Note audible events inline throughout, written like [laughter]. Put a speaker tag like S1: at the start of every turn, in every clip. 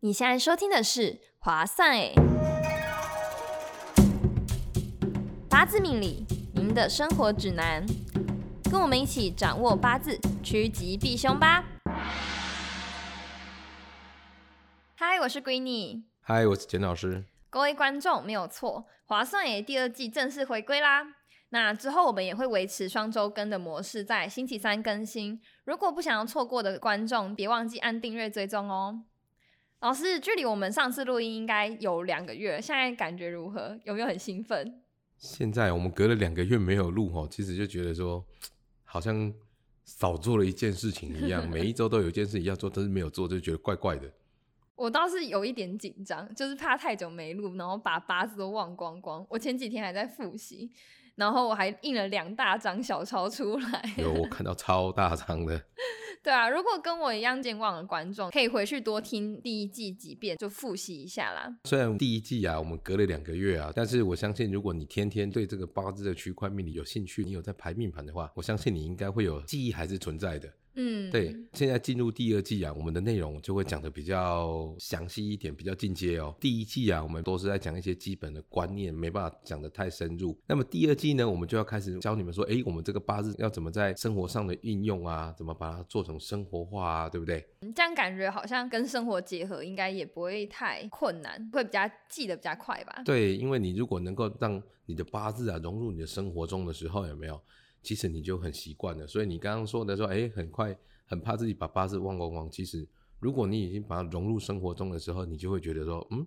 S1: 你现在收听的是《划算诶》，八字命理，您的生活指南，跟我们一起掌握八字，趋吉避凶吧。嗨，我是闺女，
S2: 嗨，我是简老师。
S1: 各位观众没有错，《划算诶》第二季正式回归啦。那之后我们也会维持双周更的模式，在星期三更新。如果不想要错过的观众，别忘记按订阅追踪哦。老师，距离我们上次录音应该有两个月，现在感觉如何？有没有很兴奋？
S2: 现在我们隔了两个月没有录哦，其实就觉得说，好像少做了一件事情一样。每一周都有一件事情要做，但是没有做，就觉得怪怪的。
S1: 我倒是有一点紧张，就是怕太久没录，然后把八字都忘光光。我前几天还在复习，然后我还印了两大张小抄出来。
S2: 有我看到超大张的，
S1: 对啊，如果跟我一样健忘的观众，可以回去多听第一季几遍，就复习一下啦。
S2: 虽然第一季啊，我们隔了两个月啊，但是我相信，如果你天天对这个八字的区块命理有兴趣，你有在排命盘的话，我相信你应该会有记忆还是存在的。
S1: 嗯，
S2: 对，现在进入第二季啊，我们的内容就会讲的比较详细一点，比较进阶哦。第一季啊，我们都是在讲一些基本的观念，没办法讲的太深入。那么第二季呢，我们就要开始教你们说，诶，我们这个八字要怎么在生活上的应用啊，怎么把它做成生活化啊，对不对？
S1: 这样感觉好像跟生活结合，应该也不会太困难，会比较记得比较快吧。
S2: 对，因为你如果能够让你的八字啊融入你的生活中的时候，有没有？其实你就很习惯了。所以你刚刚说的说，哎，很快很怕自己把八字忘光光。其实如果你已经把它融入生活中的时候，你就会觉得说，嗯，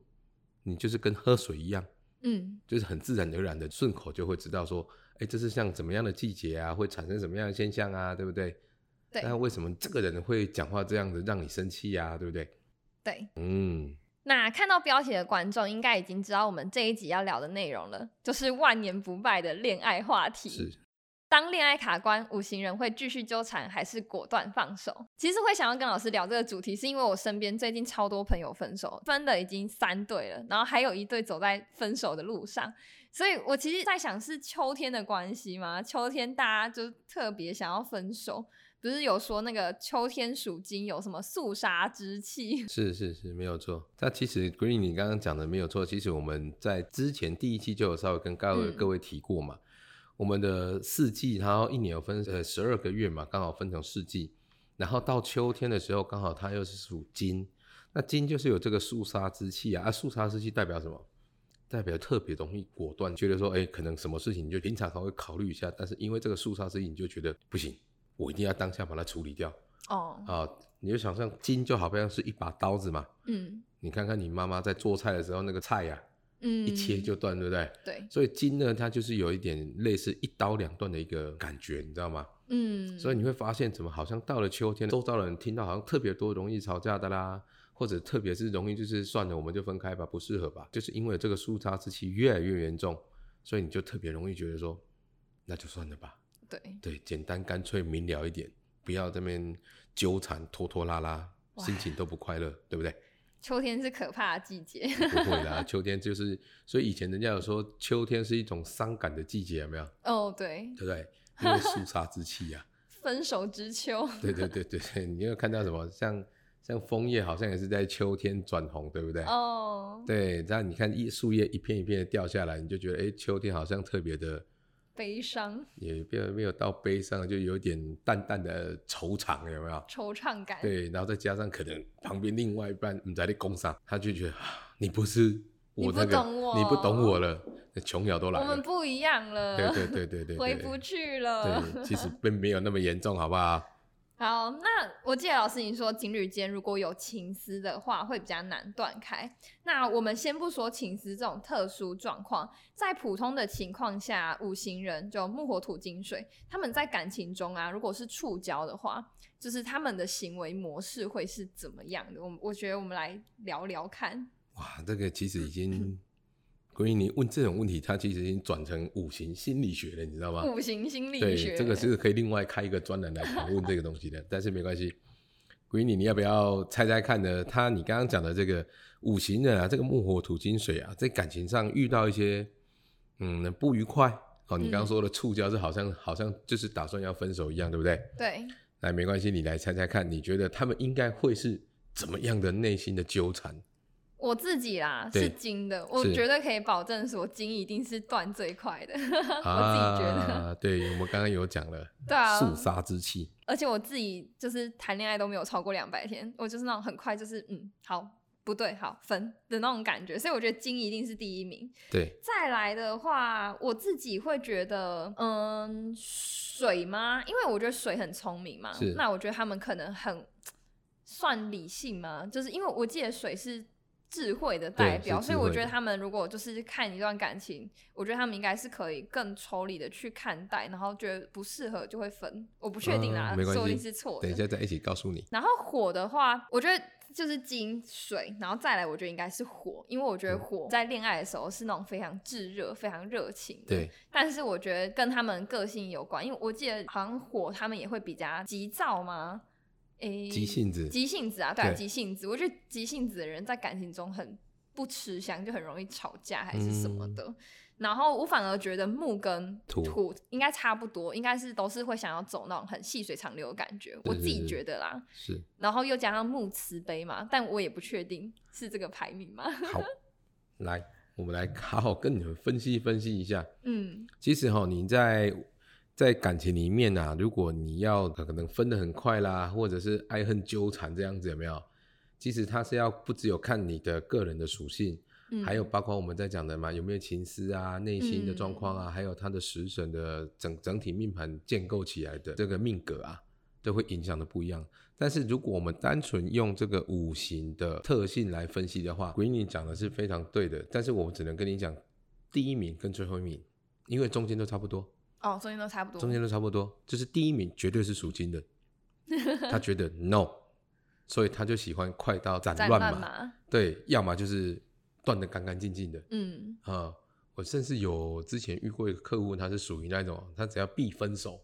S2: 你就是跟喝水一样，
S1: 嗯，
S2: 就是很自然而然的顺口就会知道说，哎，这是像怎么样的季节啊，会产生什么样的现象啊，对不对？
S1: 对
S2: 那为什么这个人会讲话这样子让你生气呀、对不对？
S1: 对。
S2: 嗯，
S1: 那看到标题的观众应该已经知道我们这一集要聊的内容了，就是万年不败的恋爱话题。
S2: 是。
S1: 当恋爱卡关，五行人会继续纠缠，还是果断放手？其实会想要跟老师聊这个主题，是因为我身边最近超多朋友分手，分的已经三对了，然后还有一对走在分手的路上。所以我其实在想，是秋天的关系吗？秋天大家就特别想要分手，不是有说那个秋天属金有什么肃杀之气？ [laughs]
S2: 是是是，没有错。那其实 Green 你刚刚讲的没有错，其实我们在之前第一期就有稍微跟各位、
S1: 嗯
S2: 各位提过嘛，我们的四季，然后一年有分呃十二个月嘛，刚好分成四季，然后到秋天的时候，刚好它又是属金，那金就是有这个肃杀之气啊，啊，肃杀之气代表什么？代表特别容易果断，觉得说，哎、可能什么事情你就平常还会考虑一下，但是因为这个肃杀之气，你就觉得不行，我一定要当下把它处理掉
S1: 哦，
S2: 啊、你就想象金就好像是一把刀子嘛，
S1: 嗯
S2: 你看看你妈妈在做菜的时候，那个菜呀、
S1: 嗯，
S2: 一切就断，对不对？
S1: 对，
S2: 所以筋呢，它就是有一点类似一刀两断的一个感觉，你知道吗？
S1: 嗯，
S2: 所以你会发现，怎么好像到了秋天，周遭的人听到好像特别多容易吵架的啦，或者特别是容易就是算了，我们就分开吧，不适合吧，就是因为这个肃杀之气越来越严重，所以你就特别容易觉得说，那就算了吧，
S1: 对，
S2: 对，简单干脆明了一点，不要这边纠缠拖拖拉拉，
S1: 哇
S2: 心情都不快乐，对不 [laughs] 对？
S1: 秋天是可怕的季节。 [laughs]
S2: 不会啦，秋天就是，所以以前人家有说秋天是一种伤感的季节，有没有？
S1: 哦，对，
S2: 对不对？因为肃杀之
S1: [laughs]
S2: 气呀、
S1: 分手之秋。
S2: 对对对对对，你有看到什么？像像枫叶好像也是在秋天转红，对不对？
S1: 哦，
S2: 对，那你看叶树叶一片一片的掉下来，你就觉得哎，秋天好像特别的，
S1: 悲伤、
S2: 也没有没有到悲伤，就有点淡淡的惆怅，有没有？
S1: 惆怅感。，
S2: 对，然后再加上可能旁边另外一半你在那工伤，他就觉得啊你不是
S1: 你
S2: 我
S1: 不
S2: 那个，
S1: 懂我
S2: 你不懂我了，那琼瑶都来
S1: 我
S2: 了，
S1: 们不一样了。
S2: 对对对对对，
S1: 回
S2: 对
S1: 不去了。
S2: 对，其实并没有那么严重，好不好？
S1: 好，那我记得老师你说情侣间如果有情丝的话，会比较难断开。那我们先不说情丝这种特殊状况，在普通的情况下，五行人就木火土金水，他们在感情中啊，如果是触礁的话，就是他们的行为模式会是怎么样的？我我觉得我们来聊聊看。
S2: 哇，这个其实已经， [coughs] 关于你问这种问题，它其实已经转成五行心理学了，你知道吗？
S1: 五行心理学，
S2: 对，这个是可以另外开一个专栏来讨论这个东西的，但是没关系。闺女，你要不要猜猜看呢？他你刚刚讲的这个五行人啊，这个木火土金水啊，在感情上遇到一些嗯不愉快哦，你
S1: 嗯
S2: 刚刚说的触礁是好像、好像就是打算要分手一样，对不对？
S1: 对，
S2: 来，没关系，你来猜猜看，你觉得他们应该会是怎么样的内心的纠缠？
S1: 我自己啦
S2: 对
S1: 是金的，我
S2: 是
S1: 绝对可以保证说金一定是断最快的， [laughs] [laughs] 我自己觉得。
S2: 啊，对，我们刚刚有讲了，
S1: 对啊
S2: 肃杀之气，
S1: 而且我自己就是谈恋爱都没有超过两百天，我就是那种很快就是嗯好不对好分的那种感觉，所以我觉得金一定是第一名。
S2: 对，
S1: 再来的话，我自己会觉得，嗯，水吗？因为我觉得水很聪明嘛
S2: 是，
S1: 那我觉得他们可能很算理性吗？就是因为我记得水是智慧的代表，
S2: 对是
S1: 所以我觉
S2: 智
S1: 得
S2: 慧的
S1: 他们如果就是看一段感情，我觉得他们应该是可以更抽离的去看待，然后觉得不适合就会分。我不确定啦，
S2: 嗯没关
S1: 说不定
S2: 系
S1: 是错
S2: 等一
S1: 的。
S2: 下再一起告诉你。
S1: 然后火的话，我觉得就是金水，然后再来，我觉得应该是火，因为我
S2: 嗯
S1: 觉得火在恋爱的时候是那种非常炙热、非常热情的。
S2: 对，
S1: 但是我觉得跟他们个性有关，因为我记得好像火他们也会比较急躁吗？诶，
S2: 急性子，
S1: 急性子啊，对啊，
S2: 对
S1: 急性子。我觉得急性子的人在感情中很不吃香，就很容易吵架还是什么的。然后我反而觉得木跟
S2: 嗯土
S1: 应该差不多，应该是都是会想要走那种很细水长流的感觉，我
S2: 对
S1: 自
S2: 对
S1: 己
S2: 对
S1: 觉得啦。
S2: 是
S1: 然后又加上木慈悲嘛，但我也不确定是这个排名吗？
S2: 好。 [laughs] 来，我们来好好跟你们分析分析一下。
S1: [laughs] 嗯，
S2: 其实哈、你在在感情里面啊，如果你要可能分得很快啦，或者是爱恨纠缠这样子，有没有？其实它是要不只有看你的个人的属性，
S1: 嗯
S2: 还有包括我们在讲的嘛，有没有情思啊、内心的状
S1: 嗯
S2: 况啊，还有他的食神的整整体命盘建构起来的这个命格啊，都会影响的不一样。但是如果我们单纯用这个五行的特性来分析的话，鬼你讲的是非常对的，但是我只能跟你讲第一名跟最后一名，因为中间都差不多，
S1: 哦，中间都差不多，
S2: 中间都差不多，就是第一名绝对是属金 [laughs] 的，他觉得 no，所以他就喜欢快刀斩
S1: 斩
S2: 乱
S1: 乱
S2: 麻，
S1: 麻，
S2: 对，要么就是断得干干净净的，
S1: 嗯，
S2: 啊、我甚至有之前遇过一个客户，他是属于那种，他只要必分手，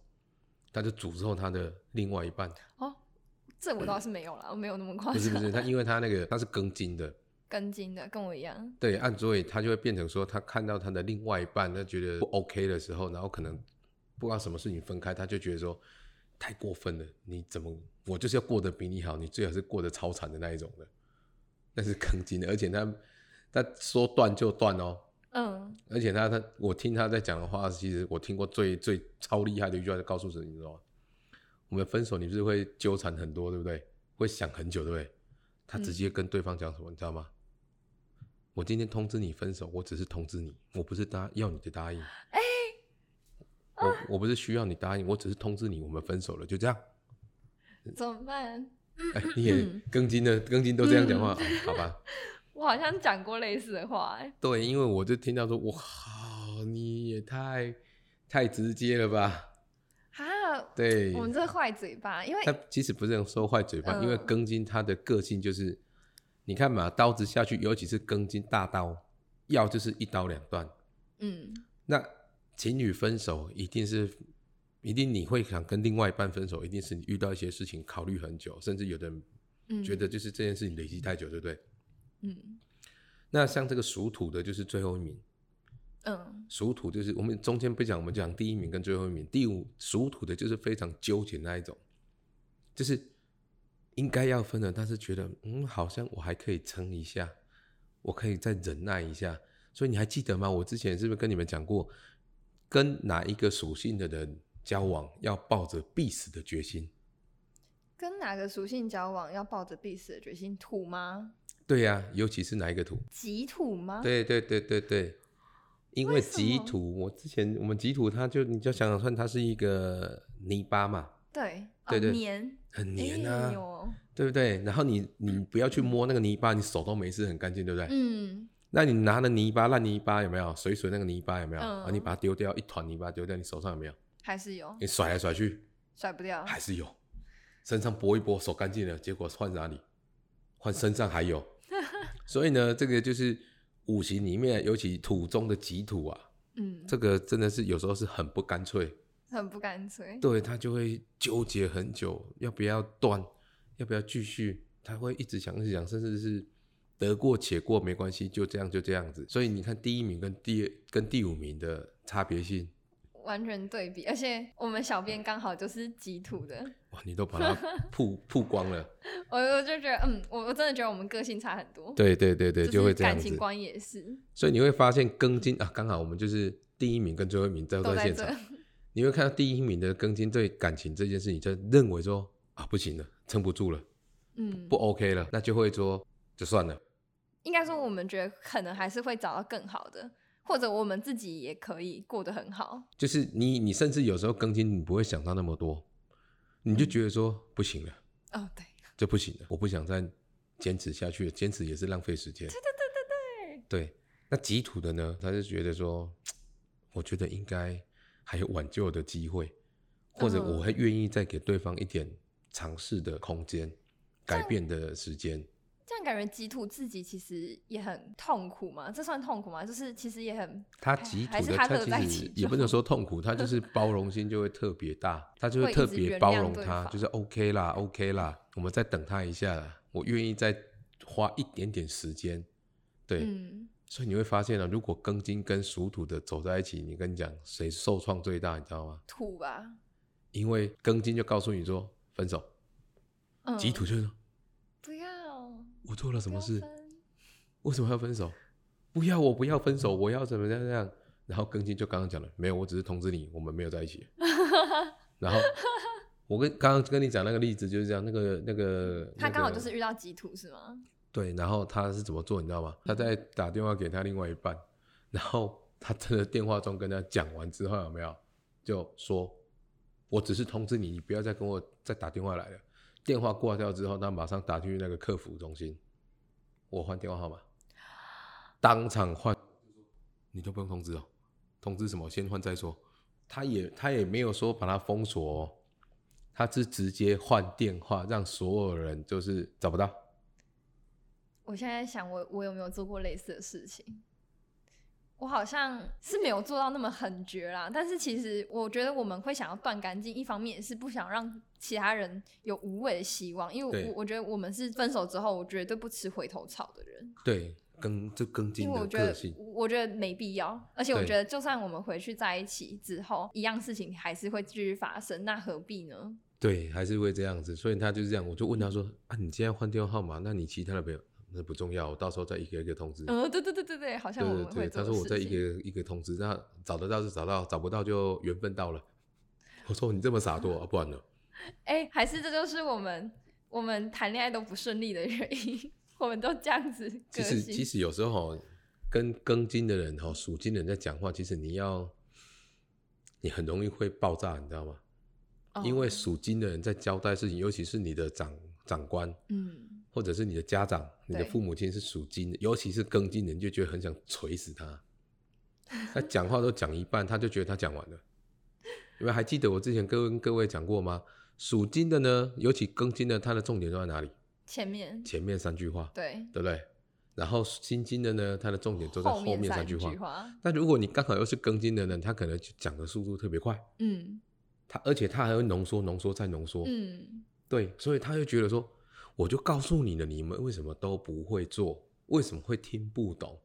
S2: 他就诅咒他的另外一半。
S1: 哦，这我倒是没有啦，我没有那么夸
S2: 不是不
S1: 张，
S2: 是，他因为他那个他是庚金的，
S1: 跟金的跟我一样，
S2: 对，按、所以他就会变成说，他看到他的另外一半，他觉得不 OK 的时候，然后可能不知道什么事情分开，他就觉得说太过分了，你怎么我就是要过得比你好，你最好是过得超惨的那一种的，那是庚金的，而且他他说断就断哦，
S1: 嗯，
S2: 而且他他，我听他在讲的话，其实我听过最最超厉害的一句话，就告诉你，你知道吗？我们分手，你不是会纠缠很多，对不对？会想很久，对不对？他直接跟对方讲什么，你知道吗？我今天通知你分手，我只是通知你，我不是答要你的答应。哎、我我不是需要你答应，我只是通知你我们分手了，就这样。
S1: 怎么办？
S2: 哎、你也更金的更金都这样讲话、哦好吧？
S1: 我好像讲过类似的话、欸，
S2: 对，因为我就听到说，我靠，你也太太直接了吧？
S1: 啊，
S2: 对，
S1: 我们这坏嘴巴，因为
S2: 他其实不是用说坏嘴巴，因为
S1: 嗯
S2: 庚金他的个性就是，你看嘛，刀子下去，尤其是庚金大刀，要就是一刀两断。
S1: 嗯，
S2: 那情侣分手一定是，一定你会想跟另外一半分手，一定是你遇到一些事情考虑很久，甚至有的人
S1: 嗯
S2: 觉得就是这件事情累积太久，对不对？
S1: 嗯
S2: 那像这个属土的，就是最后一名，
S1: 嗯
S2: 属土就是我们中间不讲，我们讲第一名跟最后一名。第五属土的就是非常纠结那一种，就是应该要分了，但是觉得嗯，好像我还可以撑一下，我可以再忍耐一下。所以你还记得吗？我之前是不是跟你们讲过，跟哪一个属性的人交往要抱着必死的决心？
S1: 跟哪个属性交往要抱着必死的决心？土吗？
S2: 对呀、尤其是哪一个土？
S1: 极土吗？
S2: 对对对对对，因为
S1: 啊为什
S2: 极
S1: 么
S2: 土，我之前我们极土，它就你就想想看，它是一个泥巴嘛。
S1: 对
S2: 对对
S1: 哦、黏
S2: 很黏啊，
S1: 哎呦
S2: 对不对？然后你你不要去摸那个泥巴，你手都没事，很干净，对不对？
S1: 嗯
S2: 那你拿了泥巴、烂泥巴有没有？水水那个泥巴有没有？
S1: 嗯
S2: 啊，你把它丢掉，一团泥巴丢掉，你手上有没有？
S1: 还是有
S2: 你甩来甩去
S1: 甩不掉，
S2: 还是有，身上拨一拨，手干净了，结果换哪里？换身上还
S1: [laughs]
S2: 有。所以呢，这个就是五行里面，尤其土中的己土啊，
S1: 嗯，
S2: 这个真的是有时候是很不干脆。
S1: 很不干脆。
S2: 对他就会纠结很久，要不要断，要不要继续，他会一直想一直想，甚至是得过且过没关系，就这样就这样子。所以你看第一名跟第跟第五名的差别性，
S1: 完全对比，而且我们小编刚好就是极土的，
S2: 哇，你都
S1: [laughs]
S2: 把它曝曝光了，
S1: 我我就觉得，嗯，我我真的觉得我们个性差很多，
S2: 对对对对，
S1: 就
S2: 就是会这样
S1: 感
S2: 子
S1: 情。观也是
S2: 所以你会发现更新啊，刚好我们就是第一名跟最后一名都
S1: 都
S2: 在
S1: 在
S2: 现
S1: 这
S2: 场，，你会看到第一名的更新对感情这件事情，就认为说啊不行了，撑不住了，
S1: 嗯
S2: 不，OK 了，那就会说就算了。
S1: 应该说我们觉得可能还是会找到更好的，或者我们自己也可以过得很好，
S2: 就是你你甚至有时候更新，你不会想到那么多，你就
S1: 嗯
S2: 觉得说不行了，
S1: 哦，对，
S2: 这不行了，我不想再坚持下去了，坚持也是浪费时间。对对对对对。那极土的呢，他就觉得说，我觉得应该还有挽救的机会，或者
S1: 嗯
S2: 我会愿意再给对方一点尝试的空间、改变的时间。
S1: 这样感觉极土自己其实也很痛苦嘛，这算痛苦吗？就是其实也很
S2: 他
S1: 还
S2: 极
S1: 还
S2: 土
S1: 是
S2: 的，
S1: 他乐在
S2: 其
S1: 其
S2: 实
S1: 中，
S2: 也不能说痛苦，他就是包容心就会特别大，他就
S1: 会
S2: 会
S1: 一
S2: 特
S1: 直
S2: 别
S1: 原
S2: 包
S1: 谅
S2: 容
S1: 对
S2: 他，
S1: 方
S2: 就是 OK 啦，OK 啦，我们再等他一下啦，我愿意再花一点点时间。对，
S1: 嗯，
S2: 所以你会发现呢、啊如果庚金跟属土的走在一起，你跟你讲谁受创最大，你知道吗？
S1: 土吧，
S2: 因为庚金就告诉你说分手，
S1: 嗯，
S2: 己土就是说
S1: 不要
S2: 我做了什
S1: 不
S2: 么
S1: 要
S2: 事，
S1: 分
S2: 为什么要分手？不要我不要分手，我要怎么样怎么样？然后庚金就刚刚讲了，没有，我只是通知你，我们没有在一起。
S1: [laughs]
S2: 然后我跟刚刚跟你讲那个例子就是这样，那个那个
S1: 他刚好就
S2: 那个
S1: 是遇到极土是吗？
S2: 对，然后他是怎么做，你知道吗？他在打电话给他另外一半，然后他真的电话中跟他讲完之后，有没有就说，我只是通知你，你不要再跟我再打电话来了。电话挂掉之后，他马上打进去那个客服中心，我换电话号码，当场换，你都不用通知哦，通知什么？先换再说。他也他也没有说把它封锁、哦，他是直接换电话，让所有人就是找不到。
S1: 我现在想我我有没有做过类似的事情？我好像是没有做到那么狠绝啦，但是其实我觉得我们会想要断干净，一方面也是不想让其他人有无谓的希望，因为
S2: 对
S1: 我我觉得我们是分手之后，我绝对不吃回头草的人，
S2: 对，跟这跟
S1: 因
S2: 进
S1: 为
S2: 的
S1: 我觉得
S2: 个性，
S1: 我觉得没必要，而且我
S2: 对
S1: 觉得就算我们回去在一起之后，一样事情还是会继续发生，那何必呢？
S2: 对，还是会这样子。所以他就是这样，我就问他说：“啊，你现在换电话号码，那你其他的朋友那不重要，我到时候再一个一个通知。
S1: 嗯、对对对对对，好像
S2: 对
S1: 我
S2: 对
S1: 们
S2: 对，
S1: 会
S2: 他
S1: 做
S2: 说我再
S1: 的事
S2: 一
S1: 情。
S2: 个一个通知，那找得到就找到，找不到就缘分到了。我说你这么洒脱、啊，不然呢？ [laughs]
S1: 哎、还是这就是我们我们谈恋爱都不顺利的原因，我们都这样子
S2: 其
S1: 个
S2: 实
S1: 性。
S2: 其实有时候哦跟庚金的人哈、属金的人在讲话，其实你要你很容易会爆炸，你知道吗？
S1: 哦
S2: 因为属金的人在交代事情，尤其是你的长长官，
S1: 嗯，
S2: 或者是你的家长、你的
S1: 对
S2: 父母亲是属金的，尤其是庚金的，你就觉得很想锤死
S1: [laughs]
S2: 他。他讲话都讲一半，他就觉得他讲完了。你们还记得我之前跟各位讲过吗？属金的呢，尤其庚金的，它的重点都在哪里？
S1: 前面
S2: 前面三句话，
S1: 对
S2: 对不对？然后辛金的呢，它的重点都在后
S1: 面
S2: 面三句
S1: 句
S2: 话。那如果你刚好又是庚金的人，他可能就讲的速度特别快，
S1: 嗯
S2: 他而且他还会浓缩、浓缩再浓缩。
S1: 嗯，
S2: 对，所以他就觉得说，我就告诉你了，你们为什么都不会做，为什么会听不懂？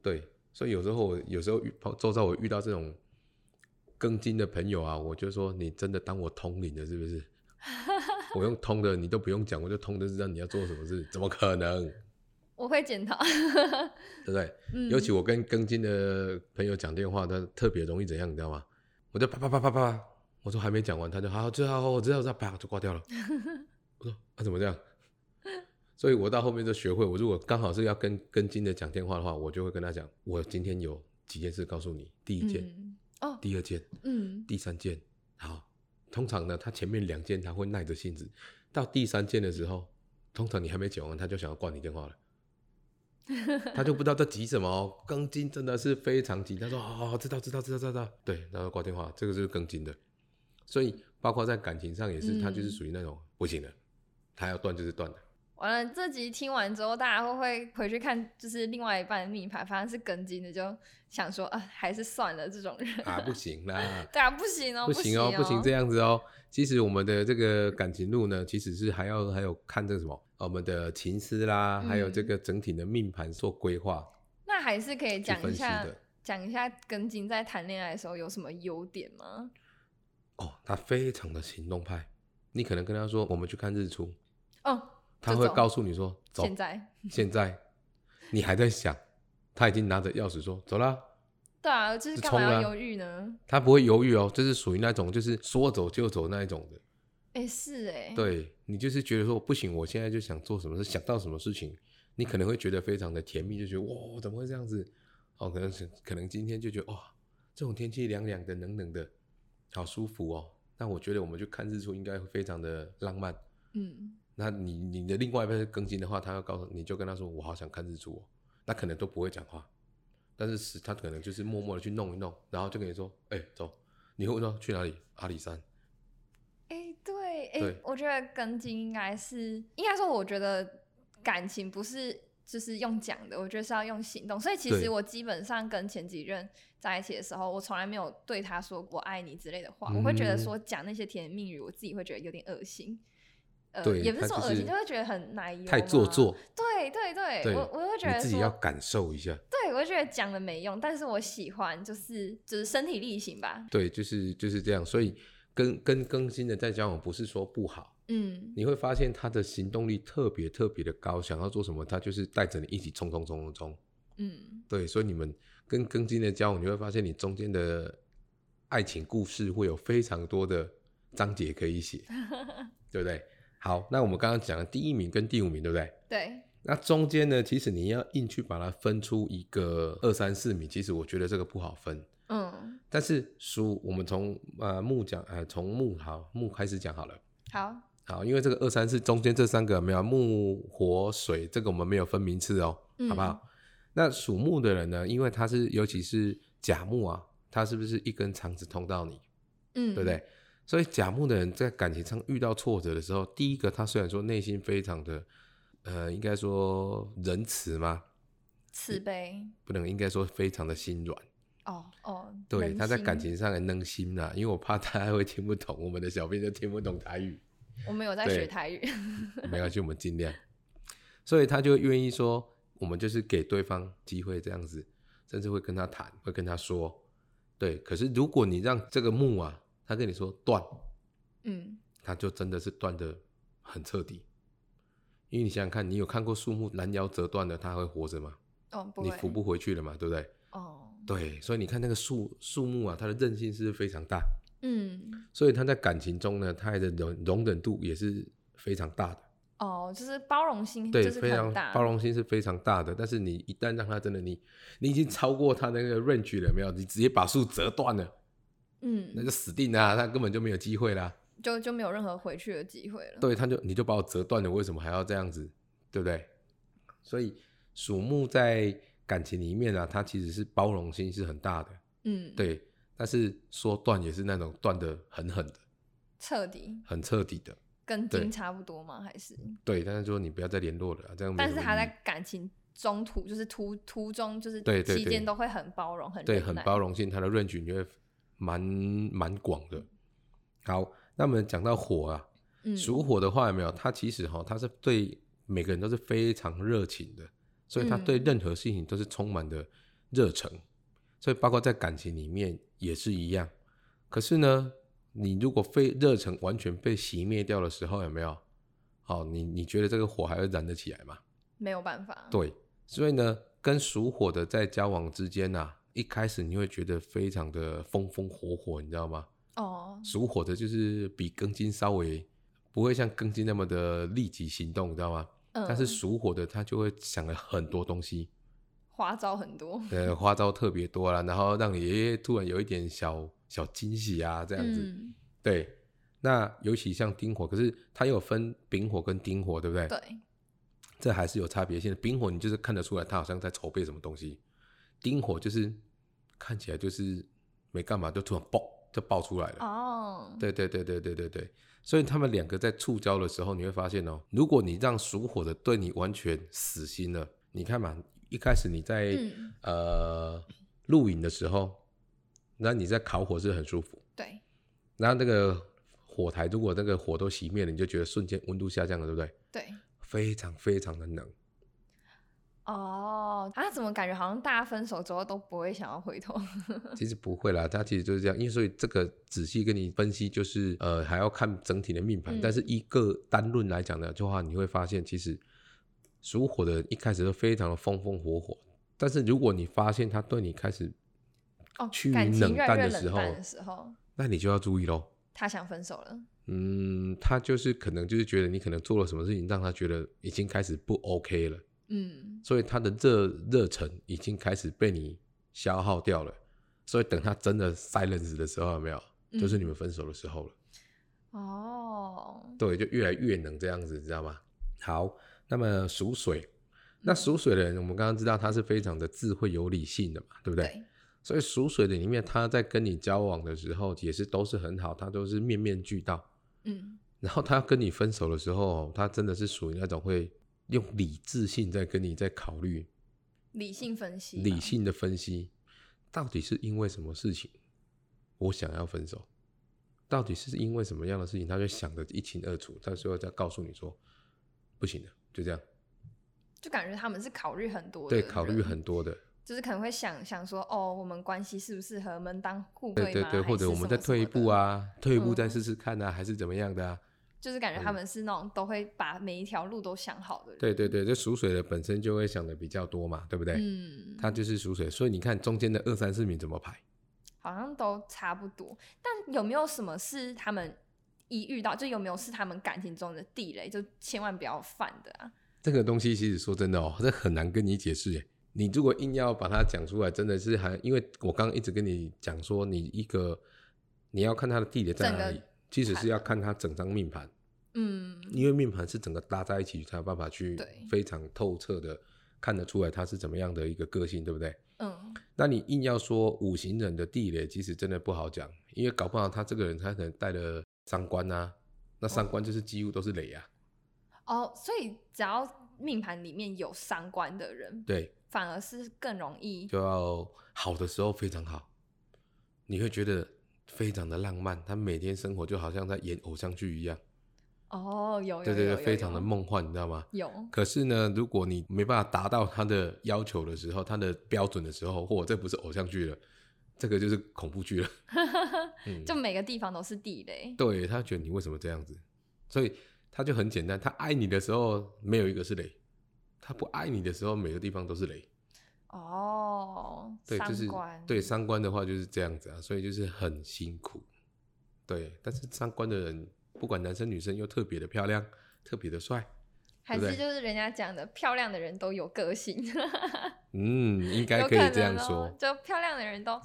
S2: 对，所以有时候我有时候遇碰周遭我遇到这种更精的朋友啊，我就说你真的当我通灵了是不是？ [laughs] 我用通的，你都不用讲，我就通的知道你要做什么事，怎么可能？
S1: 我会检讨。 [laughs]
S2: 对不对？
S1: 嗯，
S2: 尤其我跟更精的朋友讲电话，他特别容易怎样，你知道吗？我就啪啪啪啪啪，我说还没讲完，他就好，知道我知道，我知道，啪就挂掉了。我说啊，怎么这样？所以我到后面就学会，我如果刚好是要跟跟金的讲电话的话，我就会跟他讲，我今天有几件事告诉你，第一件、
S1: 嗯哦
S2: 第二件、
S1: 嗯
S2: 第三件。好，通常呢，他前面两件他会耐着性子，到第三件的时候，通常你还没讲完，他就想要挂你电话了。他就不知道在急什么、哦，更金真的是非常急。他说：“哦，好知道，知道，知道，知道。”对，然后挂电话，这个就是更金的。所以，包括在感情上也是，他就是
S1: 嗯
S2: 属于那种不行了，他要断就是断了。
S1: 完了，这集听完之后，大家会不会回去看，就是另外一半的命盘，发现是跟金的，就想说啊，还是算了这种人。，
S2: 啊，不行啦
S1: [laughs] 对啊，不行哦，
S2: 不
S1: 行
S2: 行哦，不行这样子哦。其实我们的这个感情路呢，其实是还要还有看这个什么，呃我们的情思啦，还有这
S1: 嗯
S2: 个整体的命盘做规划
S1: 那还是可以
S2: 去
S1: 讲
S2: 分
S1: 一
S2: 析
S1: 下
S2: 的。
S1: 讲一下跟金在谈恋爱的时候有什么优点吗？
S2: 哦，他非常的行动派。你可能跟他说我们去看日出，
S1: 哦，
S2: 他
S1: 就
S2: 会
S1: 走
S2: 告诉你说走，
S1: 现在
S2: 现在你还在想，他已经拿着钥匙说走啦。
S1: 对啊，就是
S2: 就
S1: 干嘛
S2: 冲
S1: 要
S2: 啊
S1: 犹豫呢？
S2: 他不会犹豫哦，就是属于那种就是说走就走那一种的。
S1: 哎、是哎、
S2: 对你就是觉得说不行，我现在就想做什么事，想到什么事情，你可能会觉得非常的甜蜜，就觉得哇，怎么会这样子？哦，可能是可能今天就觉得哇、这种天气凉凉的、冷冷的，好舒服哦。那我觉哦得我们去看日出应该会非常的浪漫。
S1: 嗯，
S2: 哦那你你的另外一半更新的话，他要告诉你就跟他说我好想看日出、哦，那可能都不会讲话，但是是他可能就是默默的去弄一弄，然后就跟你说，哎、走，你会说去哪里？阿里山。
S1: 哎、对，哎、
S2: 对
S1: 我觉得根茎应该是，应该说，我觉得感情不是就是用讲的，我觉得是要用行动。所以其实
S2: 对
S1: 我基本上跟前几任在一起的时候，我从来没有对他说我爱你之类的话，我会觉得
S2: 嗯
S1: 说讲那些甜言蜜语，我自己会觉得有点恶心。呃，
S2: 对
S1: 也不是
S2: 他
S1: 说
S2: 就
S1: 恶心，
S2: 是
S1: 就会觉得很奶油，啊
S2: 太做。作，
S1: 对对对，
S2: 对
S1: 我我会觉
S2: 你
S1: 得
S2: 自己要
S1: 说，
S2: 感受一下。
S1: 对我会觉得讲了没用，但是我喜欢就是就是身体力行吧，
S2: 对，就是就是这样。所以跟跟更新的在交往，不是说不好，
S1: 嗯，
S2: 你会发现他的行动力特别特别的高，想要做什么，他就是带着你一起冲冲冲冲冲。
S1: 嗯，
S2: 对，所以你们跟更新的交往，你会发现你中间的爱情故事会有非常多的章节可以写，
S1: [laughs]
S2: 对不对？好，那我们刚刚讲的第一名跟第五名，对不对？
S1: 对，
S2: 那中间呢，其实你要硬去把它分出一个二三四名，其实我觉得这个不好分。
S1: 嗯，
S2: 但是书我们从呃木讲呃从木好木开始讲好了，
S1: 好，
S2: 好，因为这个二三四中间这三个没有木火水，这个我们没有分名次哦，
S1: 嗯
S2: 好不好？那属木的人呢，因为他是尤其是甲木啊，他是不是一根肠子通到你，
S1: 嗯，
S2: 对不对？？所以甲木的人在感情上遇到挫折的时候，第一个他虽然说内心非常的呃，应该说仁慈吗？
S1: 慈悲，
S2: 不能，应该说非常的心软。
S1: 哦哦，
S2: 对，
S1: 人
S2: 他在
S1: 心
S2: 感，情上很能心啦，因为我怕他会听不懂，我们的小编就听不懂台语，
S1: 我们有在
S2: 对
S1: 学台语，
S2: 没关系，我们尽量。所以他就愿意说，我们就是给对方机会这样子，甚至会跟他谈，会跟他说，对。可是如果你让这个木啊，他跟你说断，
S1: 嗯，
S2: 他就真的是断的很彻底。因为你想想看，你有看过树木拦腰折断的，它还会活着吗？
S1: 哦，不
S2: 你
S1: 会，
S2: 扶不回去了嘛，对不对？
S1: 哦，
S2: 对，所以你看那个树树木啊，它的韧性是非常大。
S1: 嗯，
S2: 所以他在感情中呢，他的容容忍度也是非常大的，
S1: 哦，就是包容心，
S2: 对，
S1: 就是
S2: 非常
S1: 很大，
S2: 包，容心是非常大的。但是你一旦让他真的你，你已经超过他那个 range 了，有没有？你直接把树折断了，那
S1: 嗯，
S2: 就死定了啊、他根本就没有机会啦。
S1: 就就没有任何回去的机会了，，
S2: 对，他就你就把我折断了，为什么还要这样子？对不对？所以属木在感情里面啊，他其实是包容心是很大的，
S1: 嗯，，
S2: 对。但是说断也是那种断的很狠的，
S1: 彻底
S2: 很彻底的，
S1: 跟
S2: 对
S1: 金差不多吗？还是？
S2: 对。但是说你不要再联络了啊，这样没
S1: 但
S2: 什
S1: 是
S2: 么
S1: 他
S2: 意
S1: 在
S2: 义
S1: 感情中途，就是途途中，就是
S2: 对对
S1: 期
S2: 对
S1: 间都会很包容，很
S2: 对，
S1: 忍
S2: 很
S1: 耐
S2: 包，容性，它的 range 你会蛮蛮广的。好，那么讲到火啊，
S1: 嗯，
S2: 属火的话有没有？它其实哈、它是对每个人都是非常热情的，所以它对
S1: 嗯
S2: 任何事情都是充满的热忱，所以包括在感情里面也是一样。可是呢，你如果非热忱完全被熄灭掉的时候，有没有？好，你你觉得这个火还会燃得起来吗？
S1: 没有办法，，
S2: 对，所以呢，跟属火的在交往之间呐、一开始你会觉得非常的风风火火，你知道吗？
S1: 哦，
S2: 属火的就是比庚金稍微不会像庚金那么的立即行动，你知道吗？
S1: 嗯，
S2: 但是属火的他就会想了很多东西，
S1: 嗯花招很多，
S2: 呃，花招特别多啦，然后让你爷爷突然有一点小小惊喜啊，这
S1: 这
S2: 样子。
S1: 嗯、
S2: 对，那尤其像丁火，可是它有分丙火跟丁火，对不对？
S1: 对，
S2: 这还是有差别性的。丙火你就是看得出来他好像在筹备什么东西，丁火就是看起来就是没干嘛就突然爆就爆出来了。
S1: 哦，
S2: 对对对对对对对，所以他们两个在触礁的时候，你会发现哦，如果你让属火的对你完全死心了，你看嘛，一开始你在、
S1: 嗯
S2: 呃露营的时候，那你在烤火是很舒服，
S1: 对，
S2: 然后那个火台如果那个火都熄灭了，你就觉得瞬间温度下降了，对不对？
S1: 对，
S2: 非常非常的冷。
S1: 哦，哦啊，怎么感觉好像大家分手之后都不会想要回头？
S2: 其实不会啦，它其实就是这样，因为所以这个仔细跟你分析，就是呃还要看整体的命盘，
S1: 嗯
S2: 但是一个单论来讲的话，你会发现其实属火的一开始都非常的风风火火，但是如果你发现他对你开始
S1: 哦
S2: 趋，于
S1: 感情
S2: 冷
S1: 越来
S2: 淡
S1: 越
S2: 的
S1: 冷
S2: 时候
S1: 淡的时候，
S2: 那你就要注意喽。
S1: 他想分手了。
S2: 嗯，他就是可能就是觉得你可能做了什么事情，让他觉得已经开始不 OK 了，
S1: 嗯，
S2: 所以他的热热忱已经开始被你消耗掉了。所以等他真的 silence 的时候，有没有？就是
S1: 嗯
S2: 你们分手的时候了。
S1: 哦，
S2: 对，就越来越能这样子，你知道吗？好，那么属水，
S1: 嗯
S2: 那属水的人，我们刚刚知道他是非常的智慧有理性的嘛，对不对？
S1: 对，
S2: 所以属水的里面，他在跟你交往的时候也是都是很好，他都是面面俱到。
S1: 嗯，
S2: 然后他跟你分手的时候，他真的是属于那种会用理智性在跟你在考虑，
S1: 理性分析，
S2: 理，性的分析，到底是因为什么事情我想要分手，到底是因为什么样的事情，他就想得一清二楚，到最后再告诉你说不行的，就这样，
S1: 就感觉他们是考虑很多的
S2: 对，
S1: 人，
S2: 考虑很多的，
S1: 就是可能会想想说，哦，我们关系适不适合门当户
S2: 对
S1: 对
S2: 对
S1: 吗
S2: 对，
S1: 还
S2: 或者
S1: 是
S2: 我
S1: 什
S2: 们
S1: 么
S2: 再
S1: 什
S2: 退一
S1: 么
S2: 步
S1: 的，
S2: 啊，退一步
S1: 嗯
S2: 再试试看啊，还是怎么样的啊？
S1: 就是感觉他们是那种都会把每一条路都想好的人。
S2: 对对对，这属水的本身就会想的比较多嘛，对不对？
S1: 嗯，
S2: 他就是属水，所以你看中间的二三四名怎么排？
S1: 好像都差不多。但有没有什么是他们一遇到就有没有是他们感情中的地雷，就千万不要犯的啊？
S2: 这个东西其实说真的哦，这很难跟你解释耶。你如果硬要把它讲出来，真的是还因为我刚刚一直跟你讲说，你一个你要看它的地点在哪
S1: 整
S2: 里
S1: 个，
S2: 其实是要看它整张命盘，
S1: 嗯，
S2: 因为命盘是整个搭在一起才有办法去
S1: 对
S2: 非常透彻的看得出来它是怎么样的一个个性，对不对？
S1: 嗯，
S2: 那你硬要说五行人的地雷，其实真的不好讲，因为搞不好他这个人他可能带了三官啊，那三官就是几乎都是雷啊，
S1: 哦，所以只要命盘里面有三观的人，
S2: 对，
S1: 反而是更容易
S2: 就要好的时候非常好，你会觉得非常的浪漫，他每天生活就好像在演偶像剧一样，
S1: 哦，有有
S2: 对对
S1: 有
S2: 对，
S1: 有
S2: 非常
S1: 有
S2: 的梦幻，你知道吗？
S1: 有，
S2: 可是呢，如果你没办法达到他的要求的时候，他的标准的时候，嚯，这不是偶像剧了，这个就是恐怖
S1: [laughs]
S2: 剧了。嗯，
S1: 就每个地方都是地雷。
S2: 对他觉得你为什么这样子，所以他就很简单，他爱你的时候没有一个是雷，他不爱你的时候每个地方都是雷。
S1: 哦，
S2: 对，
S1: 三
S2: 就是
S1: 观
S2: 对三观的话就是这样子啊，所以就是很辛苦。对，但是三观的人，不管男生女生，又特别的漂亮，特别的帅。
S1: 还
S2: 对
S1: 是
S2: 不对
S1: 就是人家讲的，漂亮的人都有个性， [laughs]
S2: 嗯，应该
S1: 有
S2: 可
S1: 可
S2: 以
S1: 能
S2: 这样
S1: 哦
S2: 说。
S1: 就漂亮的人都，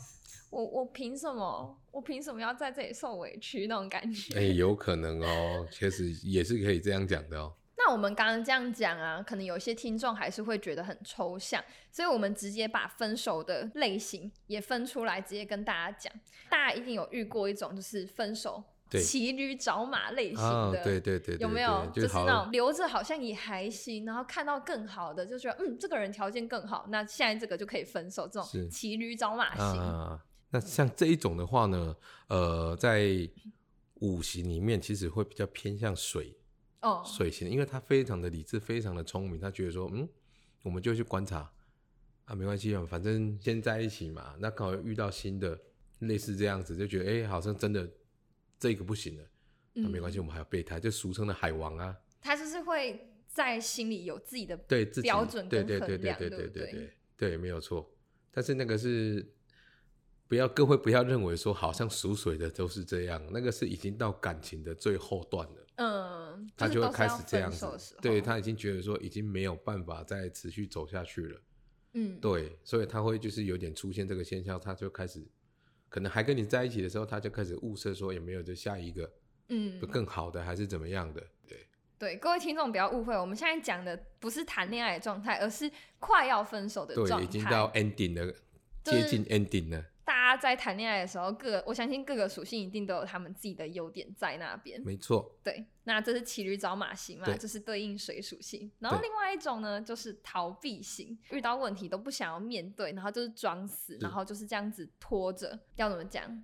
S1: 我我凭什么？我凭什么要在这里受委屈那种感觉？
S2: 哎、有可能哦，确实也是可以这样讲的哦。
S1: [laughs] 那我们刚刚这样讲啊，可能有些听众还是会觉得很抽象，所以我们直接把分手的类型也分出来，直接跟大家讲。大家一定有遇过一种就是分手
S2: 对
S1: 骑驴找马类型的，
S2: 啊，对对对对，
S1: 有没
S2: 对
S1: 有？
S2: 就是好
S1: 那种留着好像也还行，然后看到更好的就觉得嗯，这个人条件更好，那现在这个就可以分手，这
S2: 是
S1: 种骑驴找马型。
S2: 啊。那像这一种的话呢，呃，在五行里面其实会比较偏向水
S1: 哦，
S2: 水型，因为他非常的理智，非常的聪明，他觉得说，嗯，我们就去观察啊，没关系啊，反正先在一起嘛。那刚好又遇到新的，类似这样子，就觉得哎、诶好像真的这个不行了，那、没
S1: 嗯
S2: 关系，我们还有备胎，就俗称的海王啊，
S1: 他就是会在心里有自己的
S2: 对自己
S1: 标准
S2: 对
S1: 跟
S2: 对对
S1: 衡
S2: 对
S1: 量，
S2: 对
S1: 不
S2: 对对对对，没有错。但是那个是不要各位不要认为说好像属水的都是这样，那个是已经到感情的最后段了。
S1: 嗯，
S2: 他
S1: 是
S2: 就会
S1: 都是
S2: 开
S1: 要
S2: 始这
S1: 分
S2: 样
S1: 手的
S2: 子
S1: 时，
S2: 对
S1: 候，
S2: 他已经觉得说已经没有办法再持续走下去了，
S1: 嗯，
S2: 对，所以他会就是有点出现这个现象，他就开始可能还跟你在一起的时候，他就开始物色说有没有这下一个
S1: 嗯，
S2: 更好的还是怎么样的，对，
S1: 对，各位听众不要误会，我们现在讲的不是谈恋爱的状态，而是快要分手的状
S2: 对，
S1: 态，
S2: 已经到 ending 了，接近 ending 了，
S1: 大家在谈恋爱的时候，各我相信各个属性一定都有他们自己的优点在那边。
S2: 没错，
S1: 对，那这是骑驴找马型嘛，
S2: 对
S1: 就是对应水属性。然后
S2: 对
S1: 另外一种呢，就是逃避型，遇到问题都不想要面对，然后就是装死，然后就是这样子拖着。要怎么讲？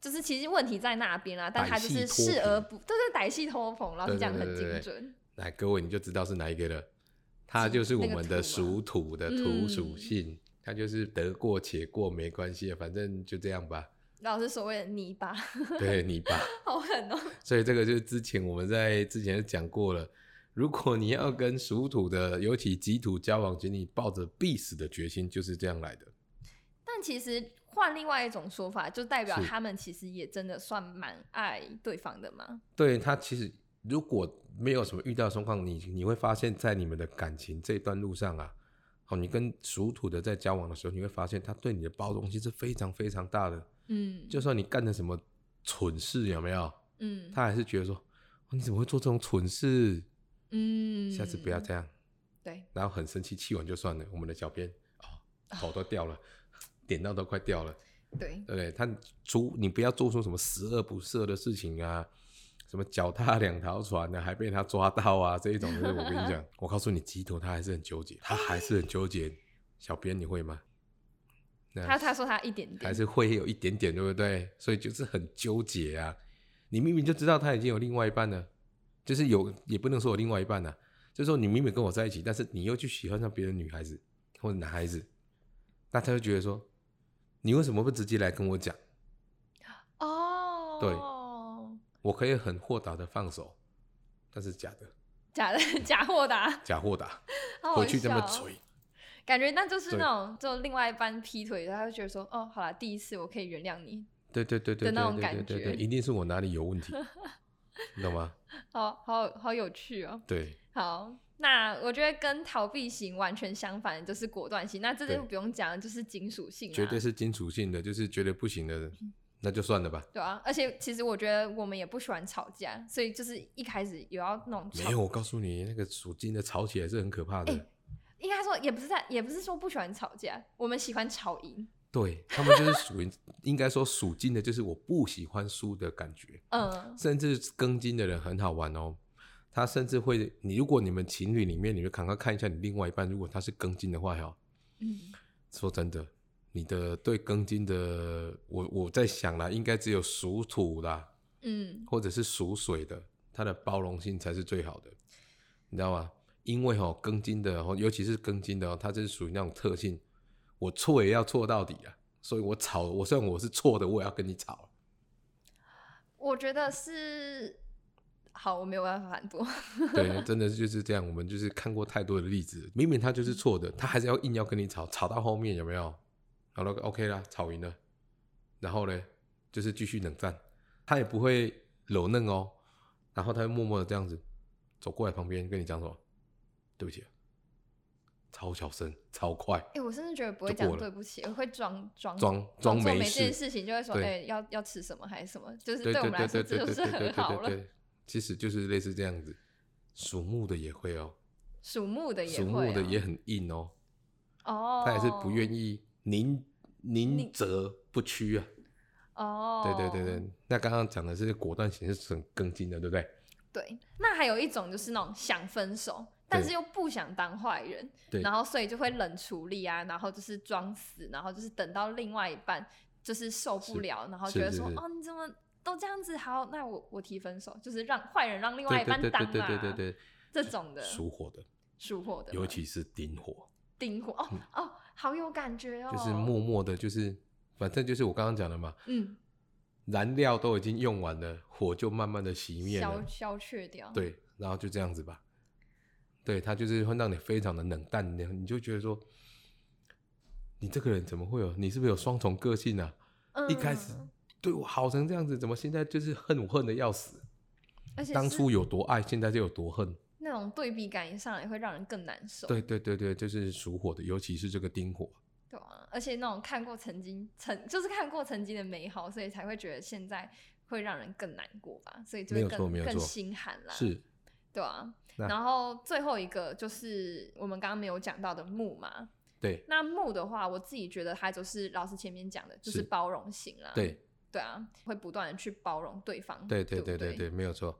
S1: 就是其实问题在那边啦，但
S2: 歹
S1: 他就是
S2: 戏拖
S1: 视而
S2: 棚
S1: 不，对对，歹戏拖棚，老师
S2: 对对
S1: 讲的
S2: 对
S1: 很
S2: 对
S1: 精
S2: 对
S1: 准。
S2: 来各位你就知道是哪一个了，它就是我
S1: 那个
S2: 们
S1: 土啊
S2: 的属土的土属
S1: 嗯
S2: 性，它就是得过且过，没关系，反正就这样吧。
S1: 老师所谓的泥巴，
S2: 对你吧，
S1: 好狠哦。
S2: 所以这个就是之前我们在之前就讲过了。如果你要跟属土的，尤其己土交往，请你抱着必死的决心，就是这样来的。
S1: 但其实换另外一种说法，就代表
S2: 是
S1: 他们其实也真的算蛮爱对方的嘛。
S2: 对他其实如果没有什么遇到状况，你你会发现在你们的感情这段路上啊，哦，你跟属土的在交往的时候，你会发现他对你的包容性是非常非常大的。
S1: 嗯，
S2: 就算你干了什么蠢事，有没有？
S1: 嗯
S2: 他还是觉得说、哦你怎么会做这种蠢事？
S1: 嗯，
S2: 下次不要这样。
S1: 对，
S2: 然后很生气，气完就算了。我们的小编哦，头都掉了， [laughs] 点到都快掉了。
S1: 对，
S2: 对不对？他出你不要做出什么十恶不赦的事情啊，什么脚踏两条船呢、啊，还被他抓到啊，这一种就是我跟你讲，我告诉你，鸡头他还是很纠结，他还是很纠结。小编你会吗？那
S1: 他他说他一点点
S2: 还是会有一点点，对不对？所以就是很纠结啊。你明明就知道他已经有另外一半了，就是有也不能说有另外一半了、就是说你明明跟我在一起，但是你又去喜欢上别的女孩子或者男孩子，那他就觉得说，你为什么不直接来跟我讲？
S1: 哦，
S2: 我可以很豁达的放手，但是假的，
S1: 假的 [laughs] 假豁达，
S2: 假豁达，
S1: 好好
S2: 回去这么
S1: 笑哦
S2: 嘴，
S1: 感觉那就是
S2: 对
S1: 那种就另外一半劈腿的，他就觉得说，哦，好了，第一次我可以原谅你， [laughs]
S2: 对对对对
S1: 的那种
S2: 对对对
S1: 感
S2: 对
S1: 觉
S2: 对，一定是我哪里有问
S1: [laughs]
S2: 题，你懂吗？
S1: 好好好有趣哦。
S2: 对，
S1: 好，那我觉得跟逃避型完全相反的就是果断型，那这
S2: 对
S1: 就不用讲了，就是金属性、啊，
S2: 绝对是金属性的，就是觉得不行的，那就算了吧。
S1: 对啊。而且其实我觉得我们也不喜欢吵架，所以就是一开始有要那种
S2: 没
S1: 吵
S2: 有，我告诉你，那个属金的吵起来是很可怕的。
S1: 哎应该说也不是在，也不是说不喜欢吵架，我们喜欢吵赢。
S2: 对他们就是属于，应该说属金的，就是我不喜欢输的感觉。
S1: 嗯，
S2: 甚至更金的人很好玩哦，他甚至会，你如果你们情侣里面，你们赶快看一下你另外一半，如果他是更金的话哦，
S1: 嗯，
S2: 说真的，你的对庚金的，我我在想啦，应该只有属土啦，
S1: 嗯，
S2: 或者是属水的，它的包容性才是最好的，你知道吗？因为哦，庚金的哦，尤其是庚金的哦，它就是属于那种特性，我错也要错到底啊，所以我吵，我虽然我是错的，我也要跟你吵。
S1: 我觉得是好，我没有办法反驳。 [laughs]
S2: 对，真的就是这样，我们就是看过太多的例子，明明他就是错的，他还是要硬要跟你吵，吵到后面有没有？好了，OK 啦，吵赢了，然后呢，就是继续冷战，他也不会柔嫩哦，然后他会默默的这样子走过来旁边跟你讲什么，对不起啊，超小声，超快，
S1: 哎、我甚至觉得不会
S2: 就
S1: 讲
S2: 过了
S1: 对不起，我会装装
S2: 装
S1: 装
S2: 装
S1: 作
S2: 没
S1: 这件
S2: 事，
S1: 事情，就会说，哎、
S2: 对
S1: 要要吃什么还是什么，就是
S2: 对
S1: 对我
S2: 对
S1: 们来说
S2: 对对
S1: 这
S2: 对对
S1: 就
S2: 对
S1: 是很
S2: 对
S1: 好
S2: 对
S1: 了。
S2: 对，其实就是类似这样子，属木的也会哦，
S1: 属木的也
S2: 属
S1: 会、啊
S2: 木的也很硬哦。
S1: 哦，
S2: 他也是不愿意宁宁
S1: 宁
S2: 折不屈啊。
S1: 哦，
S2: 对对对对，那刚刚讲的是果断型是很更进的，对不对？
S1: 对，那还有一种就是那种想分手，但
S2: 对
S1: 是又不想当坏人，
S2: 对
S1: 然后所以就会冷处理啊，然后就是装死，然后就是等到另外一半就是受不
S2: 是
S1: 了，然后
S2: 是
S1: 觉得
S2: 是
S1: 说
S2: 是
S1: 哦你怎么都这样子，好，那我我提分手，就是让坏人让另外
S2: 对
S1: 一半
S2: 对对
S1: 当
S2: 对
S1: 啊，
S2: 对对对对，
S1: 这种的
S2: 属火的，
S1: 属火的嘛，
S2: 尤其是丁火，
S1: 丁火哦哦，好有感觉哦，
S2: 就是默默的，就是反正就是我刚刚讲的嘛，
S1: 嗯
S2: 燃料都已经用完了，火就慢慢的熄灭
S1: 消
S2: 了，
S1: 消却掉，
S2: 对，然后就这样子吧。对他就是会让你非常的冷淡，你你就觉得说，你这个人怎么会有？你是不是有双重个性啊？
S1: 嗯，
S2: 一开始对我好成这样子，怎么现在就是恨我恨的要死？
S1: 而且
S2: 当
S1: 是
S2: 初有多爱，现在就有多恨。
S1: 那种对比感一上来会让人更难受，
S2: 对对对对，就是属火的，尤其是这个丁火。
S1: 对啊，而且那种看过曾经曾就是看过曾经的美好，所以才会觉得现在会让人更难过吧，所以就
S2: 没
S1: 会
S2: 有错
S1: 更
S2: 没有
S1: 更
S2: 错
S1: 心寒啦。，
S2: 是，
S1: 对啊。
S2: 那
S1: 然后最后一个就是我们刚刚没有讲到的木嘛，
S2: 对
S1: 那木的话，我自己觉得它就是老师前面讲的，就是
S2: 是
S1: 包容型啦。
S2: 对
S1: 对啊，会不断的去包容对方。
S2: 对
S1: 对
S2: 对
S1: 不
S2: 对对
S1: 对
S2: 对，没有错。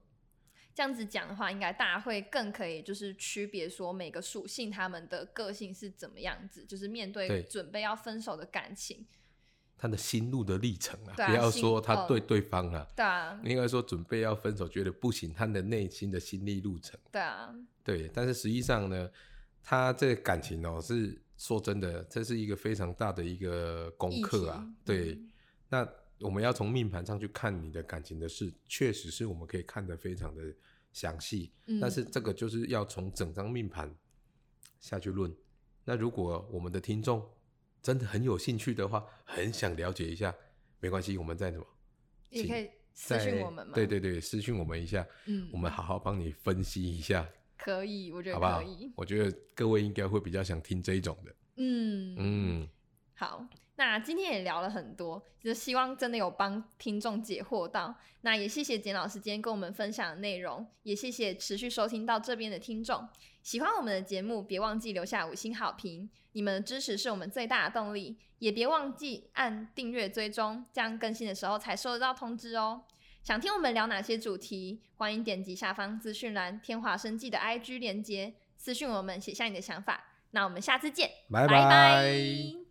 S1: 这样子讲的话，应该大家会更可以就是区别说每个属性他们的个性是怎么样子，就是面对
S2: 对
S1: 准备要分手的感情，
S2: 他的心路的历程啊，
S1: 对啊
S2: 不要
S1: 心
S2: 说
S1: 哦
S2: 他对对方啊，
S1: 对啊，
S2: 应该说准备要分手，觉得不行，他的内心的心力路程。
S1: 对啊，
S2: 对，但是实际上呢，他这感情哦，是说真的，这是一个非常大的一个功课啊
S1: 议题。
S2: 对
S1: 嗯，
S2: 那我们要从命盘上去看你的感情的事，确实是我们可以看得非常的详细，
S1: 嗯
S2: 但是这个就是要从整张命盘下去论。那如果我们的听众真的很有兴趣的话，很想了解一下，没关系，我们再什么
S1: 也
S2: 请
S1: 可以私
S2: 再
S1: 信我们嘛。
S2: 对，对对，私讯我们一下，
S1: 嗯，
S2: 我们好好帮你分析一下，
S1: 可以，我觉得
S2: 好不好
S1: 可以。？
S2: 我觉得各位应该会比较想听这一种的。
S1: 嗯
S2: 嗯，
S1: 好，那今天也聊了很多，就是希望真的有帮听众解惑到。那也谢谢简老师今天跟我们分享的内容，也谢谢持续收听到这边的听众。喜欢我们的节目，别忘记留下五星好评，你们的支持是我们最大的动力。也别忘记按订阅追踪，这样更新的时候才收得到通知哦。想听我们聊哪些主题？欢迎点击下方资讯栏天华生技的 IG 连接，私讯我们写下你的想法。那我们下次见，
S2: 拜
S1: 拜拜